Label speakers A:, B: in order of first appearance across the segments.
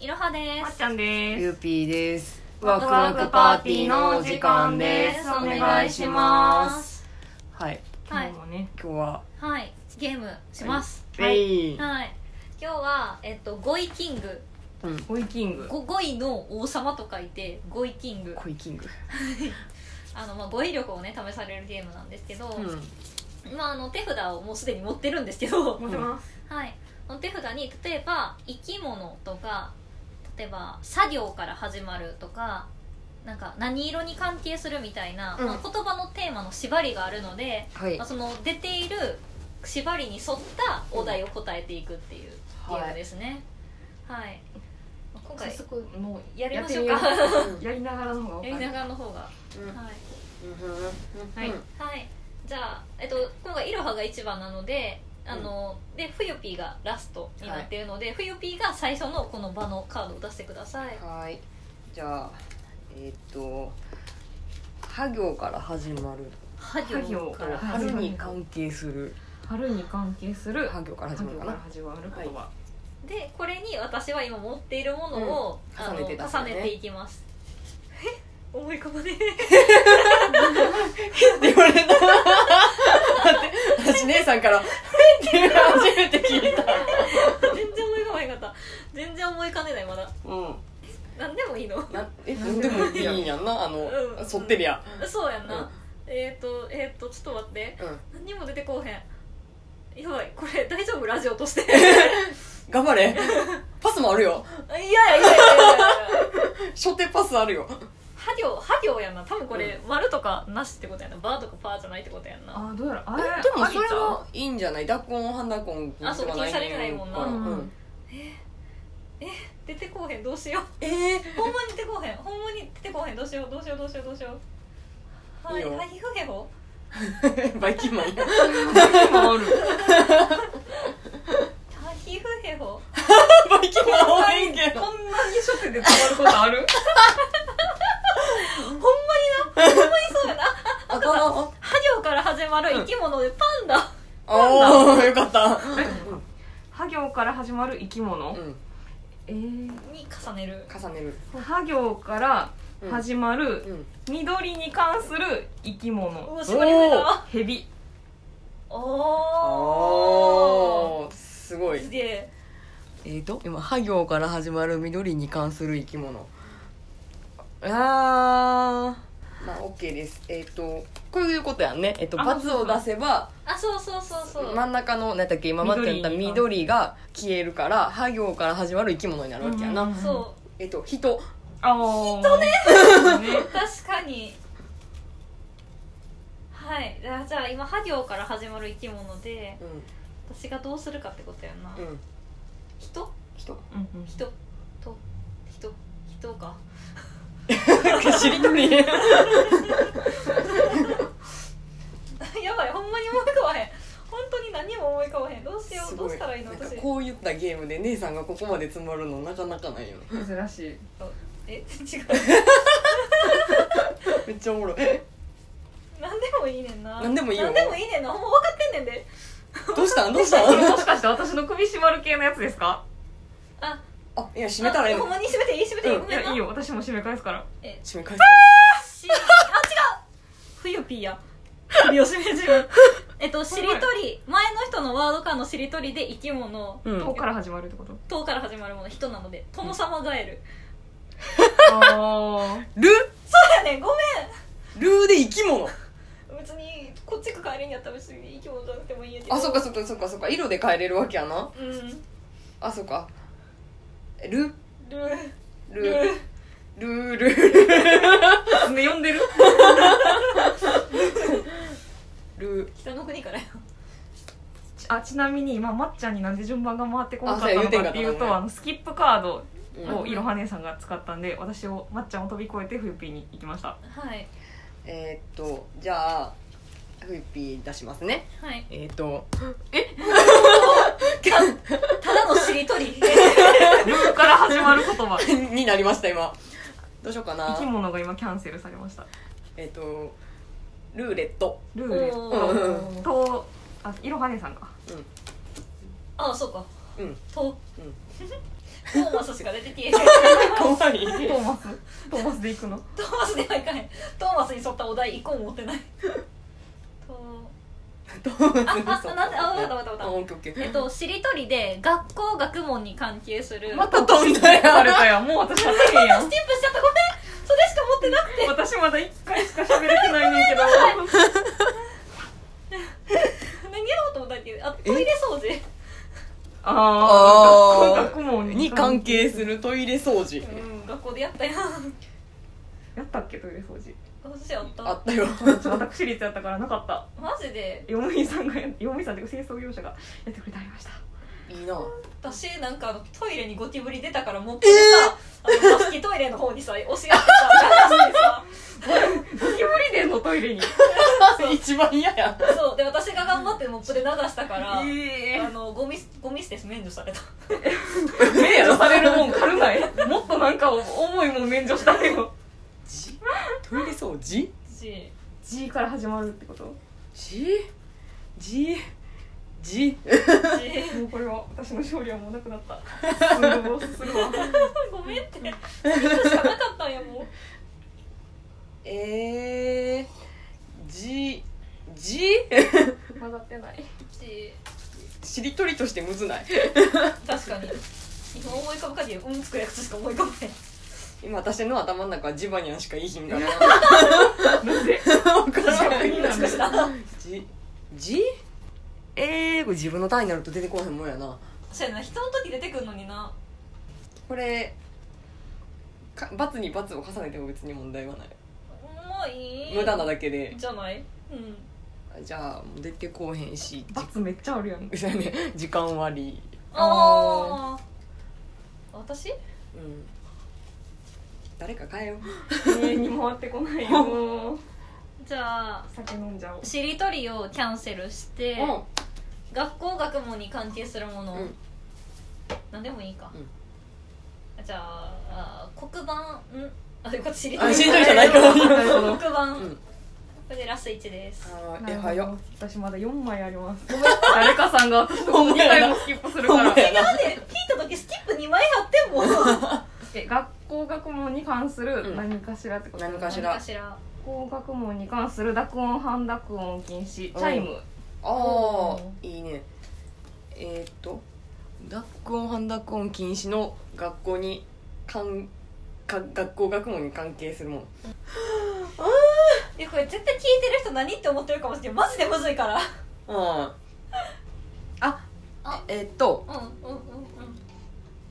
A: いろはで
B: まっ
A: す
B: ちゃんで
C: ゆ
B: す
C: うぴーです。
B: ワクワクパーティーのお時間です
A: お願いします
C: はい、
A: は
B: 今
A: い
B: 日はね
C: 今日は。
A: はいゲームします
C: は
A: はい、
C: い。
A: はい今日は、えっと、5位キング
C: うん。
B: ゴイキング
A: 5, 位の王様と書いて5位キング
C: 恋キング。
A: あの、まあ、語彙力をね試されるゲームなんですけど、
C: うん。
A: まあ、あの手札をもうすでに持ってるんですけど、
B: 持ってます
A: はい、この手札に例えば生き物とか例えば作業から始まるとかなんか何色に関係するみたいな、
C: うん
A: まあ言葉のテーマの縛りがあるので、
C: はい
A: まあ、。その出ている縛りに沿ったお題を答えていくっていうゲームですね。はい、まあ今
B: 早
A: 回
B: 速もう
A: やりましょうか
B: やってみよ
C: うん
B: うやりながらの方が
A: やりながらの方が、は
C: うん
A: い
C: うん
B: はい
A: はい、じゃあ、えっと、今回いろはが一番なのであの、でふゆぴーがラストになっているので、ふゆぴーが最初のこの場のカードを出してください
C: はい。じゃあ、えーっと。は行から始まる。
A: は
B: は行
A: か
B: からら
C: 春に関係する。
B: 春に関係する
C: は行から始まるか
B: か
C: な
B: ら。始まる言葉
A: でこれに私は今持っているものを、
C: うん
A: あの
C: 重ねて出す
A: 重
C: のね
A: ねていきますえ思い込まね
C: って言われた。 私姉さんから。 えっていうの初めて聞いた。
A: 全然思い浮かばなかった全然思い浮かんでないまだ
C: うん。
A: 何でもいいの
C: な、え、なんでもいいんやんな、あの
A: う、ん
C: そってりゃ。
A: そうやんな、
C: うん
A: えっ、とえっ、とちょっと待って
C: うん。
A: 何にも出てこうへんやばいこれ大丈夫ラジオと して
C: 頑張 れ。パスもあるよ。
A: いやいやいやいやいや
C: 初手パスあるよ。
A: は行は行やな多分これ、丸とかなしってことやなバーとかパーじゃないってことやんな
B: あどうやらあれ
C: えでもそれ
B: は
C: はいいんじゃない濁音ハンダコン
A: あそう気にされてないもんな
C: う
B: うん
A: 出てこうへんどうしよう
C: えー、
A: ほんまに出てこうへんほんまに出てこうへんどうしようどうしようどうしようどうしようはい
C: いよ
A: はいふへほ
C: バイキンマン
B: も
C: や
B: ある
A: はひふへほ
C: バイキンマン多いんけど
B: こんなに初手で止まることある
A: ほんまになほんまにそうやなは
C: あかん
A: 行から始まる生き物でパンダ、
C: あーよかった
B: は行から始まる生き物
C: うん
B: えー
A: に重ねる
C: 重ねる
B: は行から始ま
C: う
B: る
C: ん
B: 緑に関する生き
A: う
B: 物
A: わ縛りだな
B: ヘビ
A: おお
C: おーすごい
A: すげえ
C: えーと今は行から始まる緑に関する生き物あーまあ OK ですえっ、とこういうことやんねえっ、と
B: あ
C: 罰を出せば
A: あそうそうそうそう、
C: 真ん中の何だっけ今までやった
B: 緑
C: 緑が消えるからは行から始まる生き物になるわけやな、
B: うん
A: そ
C: えっと人
B: あー人ね
A: う確かにはいじゃあじゃあ今は行から始まる生き物で
C: う
A: 私がどうするかってことやんな、
C: んうん
A: 人
C: 人
B: うんうん
A: 人と人人か
C: しりとり
A: やばいほんまに思い浮かばへん本当に何も思い浮かばへんどうしようどうしたらいいの
C: なんか
A: 私
C: こういったゲームで姉さんがここまで詰まるのなかなかないよ
B: 珍しい
A: え違う
C: めっち ゃおもろい
A: 何でもいいねんな
C: 何でもいいよ
A: 何でもいいねんなほんま分かってんねんで
C: どうしたんど うした
B: これも
C: ん
B: しかして私の首絞まる系のやつですか
A: あ
C: あいや締めたらいい
A: あほん
C: の
A: まに閉めていい閉めていい、
C: う
A: ご
C: ん
B: い
A: めんな
B: やいいよ私も締め返すから
A: え
C: 締め返
A: しあ違う冬ピーや首を締め自分えっとしりとり前の人のワード間のしりとりで生き物
C: うん
B: ここから始まるってこと
A: 「と」から始まるもの人なので「殿様ガエル」
B: あ
C: ル
A: そうやねんご
C: ルーで生き物
A: めん別にこっちが帰れんやったら別に生き物じゃなくてもいいんやけど
C: あそっかそっかそっかそっか色で変えれるわけやな
A: うん
C: あそっかル
A: ル
C: ル
A: ル
C: ルルル
B: あで呼んでる
C: ル
A: 北の国からよ
B: あちなみに今まっちゃんになんで順番が回ってこなかった
C: あそ
B: の
C: うや言うてん
B: か
C: か
B: っ
C: ってた
B: いう
C: な
B: とあのスキップカード
C: うん
B: をいろは姉さんが使ったんで私をまっちゃんを飛び越えてふゆぴーに行きました
A: はい
C: えーっとじゃあフイピー出しますね
A: はい
C: えーっ と
A: ただのしりとり
B: ルーから始まる言 葉
C: になりました今どうしようかな
B: 生き物が今キャンセルされました
C: えっ、とルーレット
B: ル
A: お
B: ーレッ
C: うんう
A: ー
B: トとあいろは姉さんが
A: あそうか
C: うん
A: と
C: うん
A: トーマスしか出てきえへん
C: 怖い
B: トーマストーマスで行くの
A: トーマスではいかへんトーマスに沿ったお題一個も持ってないと
C: トーマス
A: ああなんであわかったわかったわかった
C: あオッケーオッケー
A: えっとしりとりで学校学問に関係する
B: ま
A: あ
B: たトーマスされたやんもう私喋れへんや
A: ス
B: ん
A: テップしちゃったごめんそれしか持ってなくて
B: 私まだ一回しか喋れてないねんけど
A: 何やろうと思ったっけあトイレ掃除
B: あ
C: あー
B: あ学問
C: に関係するトイレ掃除
A: うん学校でやったやん
B: やったっけトイレ掃除
A: 私やった
C: あったよ
B: 私立やったからなかった
A: マジで
B: ヨモイさんがヨモイさんっていうか清掃業者がやってくれてありました
C: いいな
A: 私なんかあのトイレにゴキブリ出たから持って さ、あのマスキトイレの方にさ押し合ってさガラスで さ
B: ゴキブリでんのトイレ に
C: 一番嫌や
A: そうで私が頑張ってモップで流したから、
B: ええ
A: あのゴミすゴミ捨て免除された
B: 免除されるもん軽ないもっとなんか重いもん免除したれ よ
C: じトイレ掃除
A: し
B: G から始まるってことも
C: じじじ
A: し
B: うこれは私の勝利はもうなくなったす ぐボスするわ
A: ごめんって一個しかなかったんやもう
C: えー、じじ
B: 混ざってない
A: し
C: しりとりとしてむずない
A: 確かに今思い浮かぶ限りうんつくやつしか思い浮かべない
C: 今私の頭の中はジバニャンしかいいひんから
B: なんで
C: 分から
B: 逆になんで
C: じじえー、これ自分の単位になると出てこへんもんやな
A: そうやな人の時出てくるのにな
C: これか罰に罰を重ねても別に問題はない
A: もういい
C: 無駄なだけで
A: じゃないうん
C: じゃあ出てこうへんし
B: 罰めっちゃあるやん
C: じそうやね時間 割り
A: ああ私
C: うん誰か変えよう
B: 永遠に回ってこないよ
A: じゃあ
B: 酒飲んじゃおう
A: しりとりをキャンセルして、
C: う
A: 学校学問に関係するもの、
C: うん
A: 何でもいいか、
C: うん
A: じゃああー黒板んあこっち知り
C: あしりと
A: た
C: り
A: い
C: じゃないか
B: なるほ
A: 黒
B: ど
A: 板、
C: ん、
A: こ
C: うん、
A: れでラスト1です
C: あー
B: な
C: え
B: る
C: は
B: ほど
C: よ
B: 私まだ4枚あります誰かさんが私の2回もスキップする
C: ほ
B: か
C: んま
B: ら
C: や な
A: なんで引いた時スキップ2枚貼ってんもん
B: え学校学問に関する何かしらってこと、
C: うん何かしら
A: 何かしら
B: 学校学問に関する濁音半濁音禁止チャイム
C: ああ
A: う
C: いいねえー、っと濁音半濁音禁止の学校にかんか学校学問に関係するもん
A: いやこれ絶対聞いてる人何って思ってるかもしれないマジでむずいから
C: うんあ
A: あ
C: えーっと、
A: うんうんうんうん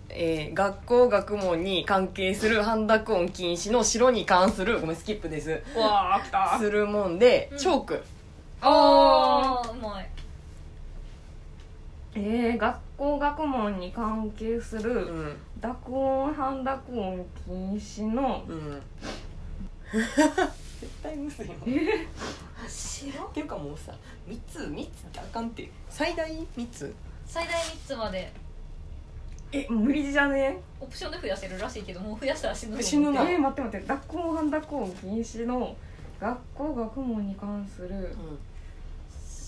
C: えー学校学問に関係する半濁音禁止の白に関するごめんスキップです
B: わあ来た
C: するもんで、
A: うん
C: チョーク
B: あ
A: あーうまい
B: えー、学校学問に関係す
C: う
B: る
C: ん
B: 濁音半濁音禁止の
C: うん絶対むずいもん
A: 白
C: っていうかもうさ3つ3つってあかんって最大3つ
A: 最大3つまで
B: え無理じゃね
A: オプションで増やせるらしいけどもう増やしたら死ぬと思って
C: 死ぬ
B: え
C: な
B: ー、待って待って濁音半濁音禁止の学校学問に関する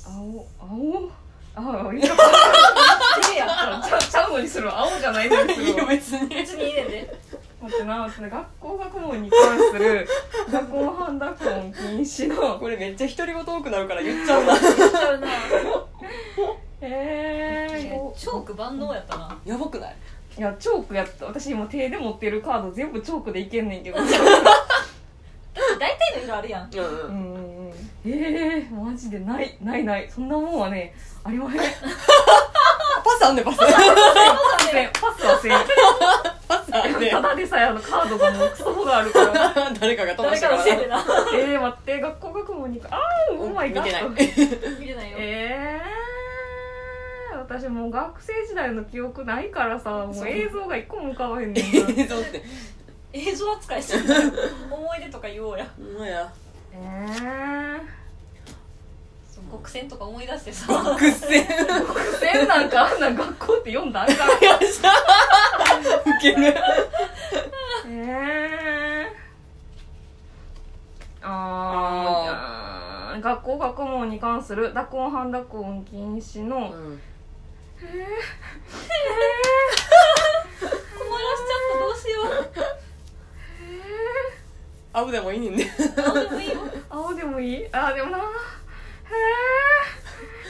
B: 青青ああ言い方
A: いやいや
B: ちゃちゃうのにするわ青じゃない のにするわ
C: 別に
A: 別にいいねん で
B: 待ってなその学校学問に関する学校判断音禁止の
C: これめっちゃ独り言多くなるから言っちゃうな
A: 言っちゃうな
B: えー、お
A: チョーク万能やったな
C: やばくない
B: いやチョークやった私今手で持ってるカード全部チョークでいけんねんけど う
A: 大体の色あるやん
C: う
B: ん
C: ん
B: うんうんえー、マジでないないないそんなもんはねありませ ん
C: あパスあんね パス
B: パスはせん
C: パスあんね
B: ただでさえあのカードがもうクソほどあるから
C: 誰かが飛ば
A: 誰
C: した
A: かの
C: か
A: せい
C: ら
A: でな
B: えー、待って学校学問にああうまい
C: 見
B: ガ
C: てない
B: ッ
A: 見れないよ
B: えー、私もう学生時代の記憶ないからさもう映像が一個も浮かばへん ねんな
C: 映像って
A: 映像扱いしてる思い出とか言おうや
C: ほんまや
B: えー
A: そう極戦とか思い出してさ
C: くっせえ
B: 線なんかあんなん学校って読んだんか
C: よっしゃウケる
B: えーあーあー学校学問に関する濁音半濁音禁止の、
C: ん
B: えー、えー、
C: 青でもいいねんね
A: 青でもいいよ
B: 青でもいいあーでもなへ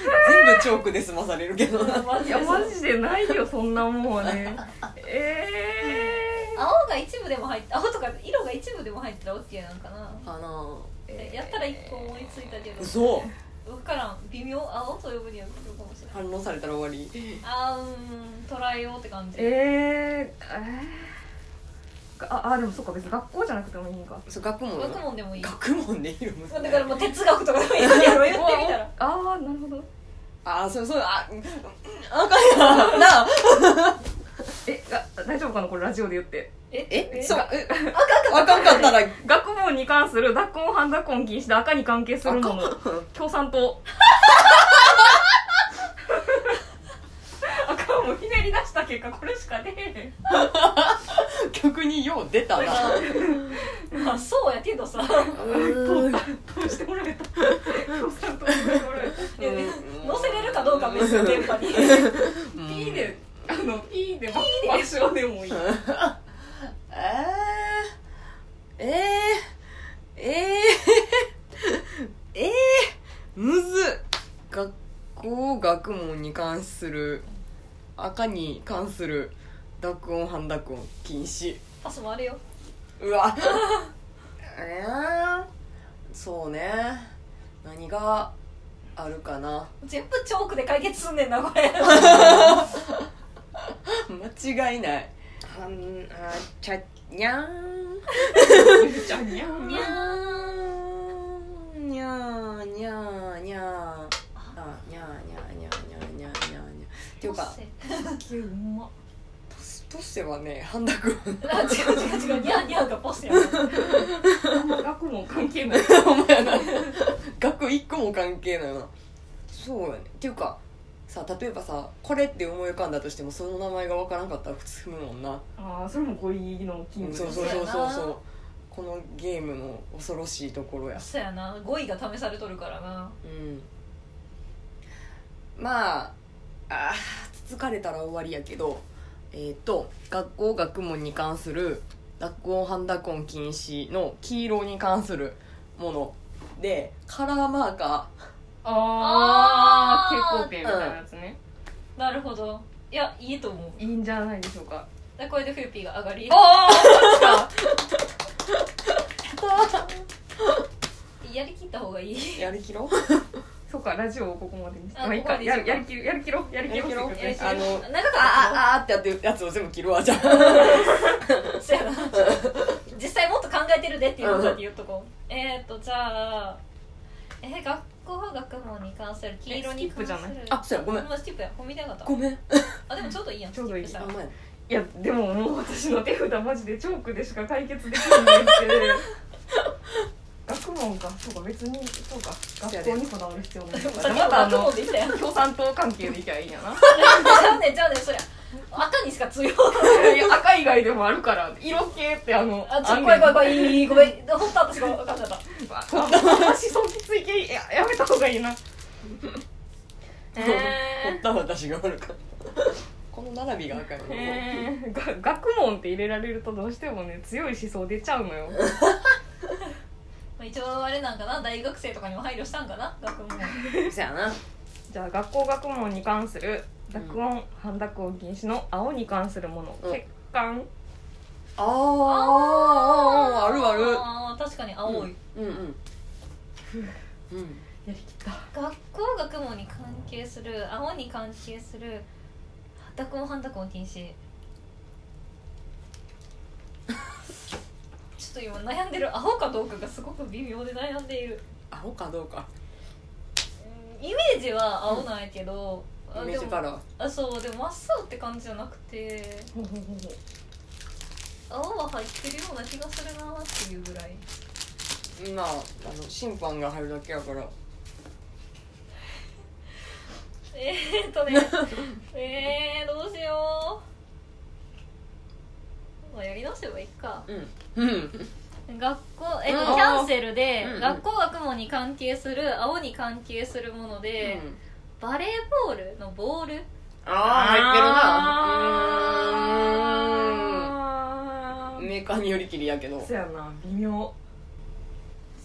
C: 全部チョークで済まされるけどな
A: マ
B: え
A: ジ
B: い
A: で
B: やマジでないよそんなもんはねえー、
A: 青が一部でも入って青とか色が一部でも入ったら OK なんかな
C: かな
A: えやったら一個思いついたけど
C: 嘘
A: 分からん微妙青と呼ぶには微妙かもしれない
C: 反応されたら終わり
A: あーうーんトライようって感じ
B: えー、えー、ああでもそっか別に学校じゃなくてもいいんか
C: そう学問
A: 学問でもいい
C: 学問でいいよ
A: まあだからもう哲学とかでもいいやろ言ってみたら
B: ああなるほど
C: ああそうそうあうんあかんやんなあ
B: えあ大丈夫かなこれラジオで言って
A: え
C: えそうえ
A: 赤
C: あかんかったら
B: 学問に関する脱婚反脱婚禁止で赤に関係するもの共産党 赤もひねり出した結果これしかねえへん
C: 逆によう出たな
A: まあそうやけどさ
C: うん
B: どうしてもらえた共産党してもらえ
A: いやね載せれるかどうかは別に電波に
B: た P であの P で爆笑でもいい
C: えー、えー、えー、えー、むずっ学校学問に関する赤に関する濁音半濁音禁止
A: パスもあるよ
C: うわ えー、そうね何があるかな
A: 全部チョークで解決すんねんなこれ
C: 間違いないはんあちゃにゃーん
B: じゃにゃん
C: にゃーにゃーにゃーにゃーあにゃーにゃーにゃーにゃーにゃーにゃーにゃーにゃーっていうか
B: うま
C: としてはね半田 君
A: あ違う違う違うニャンニャンがポスやな
B: 学問関係ない
C: お前な学一個も関係ないなそうやねっていうかさ例えばさこれって思い浮かんだとしてもその名前がわからんかったら普通踏むもんな
B: ああそれも語彙の
C: う
B: 禁
C: ん
B: 止
C: そうそうそ
A: そう
C: うそう
A: や
C: そう
A: な
C: このゲームの恐ろしいところや
A: そうやな語彙が試されとるからな
C: うんまああーつつかれたら終わりやけどえっ、と学校学問に関する学校ハンダコン禁止の黄色に関するものでカラーマーカ
B: ああ
A: あー
B: 蛍光ペンみたいなやつね、
A: なるほどいやいいと思う
B: いいんじゃないでしょうか
A: でこれでフユピーが上がり
B: ああ
A: やりきった方がいい
C: ーやりきろう
B: そうかラジオをここまでにして
A: あ
B: まあいい
A: ここ
B: か
A: まで
B: やるやりきるやりきろやりきろ
C: やりきろ
B: せっかく
A: や
B: や
A: りき
B: し
A: る
C: あの
A: 長かった
C: あああーってやってるやつを全部切るわじゃあ
A: けどそうやな実際もっと考えてるでっていうことだけ言っとこうえっとじゃあえー学校学問に関する黄色に関する
B: えスキップじゃない
C: あそうやごめん
A: もうスキップやこれ見たかった
C: ごめん
A: あでもちょうどいいやん
B: ちょうどいい
A: スキ
C: あ
A: ップ
C: お
A: した
C: 前
B: いやでももう私の手札マジでチョークでしか解決できないん で学問かそうか別にそうか学校にこだわる必要ない
A: でも
B: か
A: さ
B: ら
A: っき
B: ま
A: も
B: たあ
A: 学
B: の
A: 問できたや ん
B: 共産党関係でいきゃいいんやな
A: じゃあねじゃ あねそりゃ赤にしか強い
B: いや赤以外でもあるから色系ってあの
A: あちょ
B: んねん
A: 怖い怖い怖いごめんほんと私が分かんなかっ
B: あ私そんきつい系ややめた方がいいな
A: た
C: ほった私が悪かったこの並びが赤いの
B: えー、が学問って入れられるとどうしてもね強い思想出ちゃうのよ
A: まあ一応あれなんかな大学生とかにも配慮したんかな学問
C: そうやな
B: じゃあ学校学問に関する濁音、半濁音禁止の青に関するもの、
C: うん
B: 欠陥
C: あーあーあーあるある
A: あー確かに青い、
C: うんうんうん
B: やりきった
A: 学校学問に関係する青に関係する濁音半濁音禁止 ちょっと今悩んでる青かどうかがすごく微妙で悩んでいる
C: アホかどうか
A: うんイメージは青ないけど、あ
C: イメージ
A: で
C: か
A: も
C: ら
A: あそうでも真っ青って感じじゃなくて
B: ほうほうほうほう
A: 青は入ってるような気がするなっていうぐらい
C: まああの審判が入るだけやから
A: えー、っと ねえー、どうしよう、まあ、やり直せばいいか
C: うんうん
A: 学校えっと、
C: うん
A: キャンセルで、
C: うん
A: 学校学問に関係する青に関係するもので、バレーボールのボール
C: ああ入
B: あ
C: ってるなうーんメーカーによりきりやけど
B: そやな微妙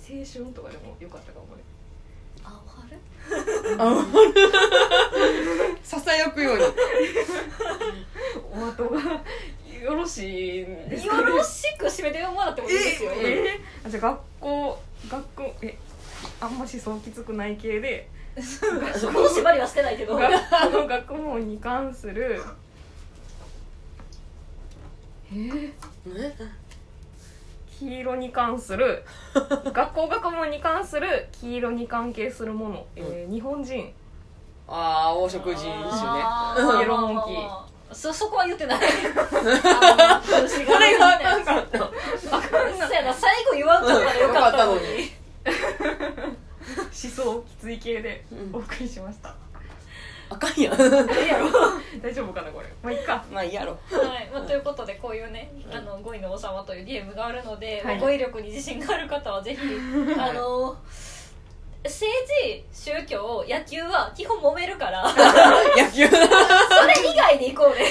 B: 春とかでもよかったかもね
A: あおはる
C: あささやくように
B: お後がよろしいんですか
A: よろしく締めてもらってもいいですよ
C: え
A: ね
B: えー、あじゃあ学校学校えあんま思想きつくない系で
A: そ この縛りはしてないけど
B: 学校の学問に関するえー、
C: え
B: 黄色に関す る学校学問に関する黄色に関係するもの、えー日本人
C: ああ黄色人種ね
A: あー
B: イエローモンキー
A: まあまあまあそそこは言 ってないあー私
C: これがあかん
A: そ
C: かった
A: うやな最後言わんかったらよかったのに
C: よかっ
B: 思想きつい系で
C: うん
B: お送りしました、
C: あかんやん
A: ええやろ
B: 大丈夫かなこれまあいっ か
C: まあいいやろ
A: はいまあ、ということでこういうね「あの語彙の王様」というゲームがあるので、
B: はい
A: 語彙力に自信がある方 はぜひあの政治宗教野球は基本揉めるからそ
C: 野球
A: れ以外で行こうね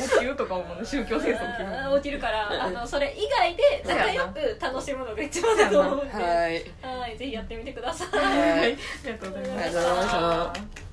B: 野球とかもね宗教戦争決
A: あー起きるからあのそれ以外で仲良く楽しむのが一番だと思うんで、
C: はい
A: はい、ぜひやってみてください。
C: はい
B: ありがとうござい
C: あ
B: ま
C: り
B: す
C: がとうございました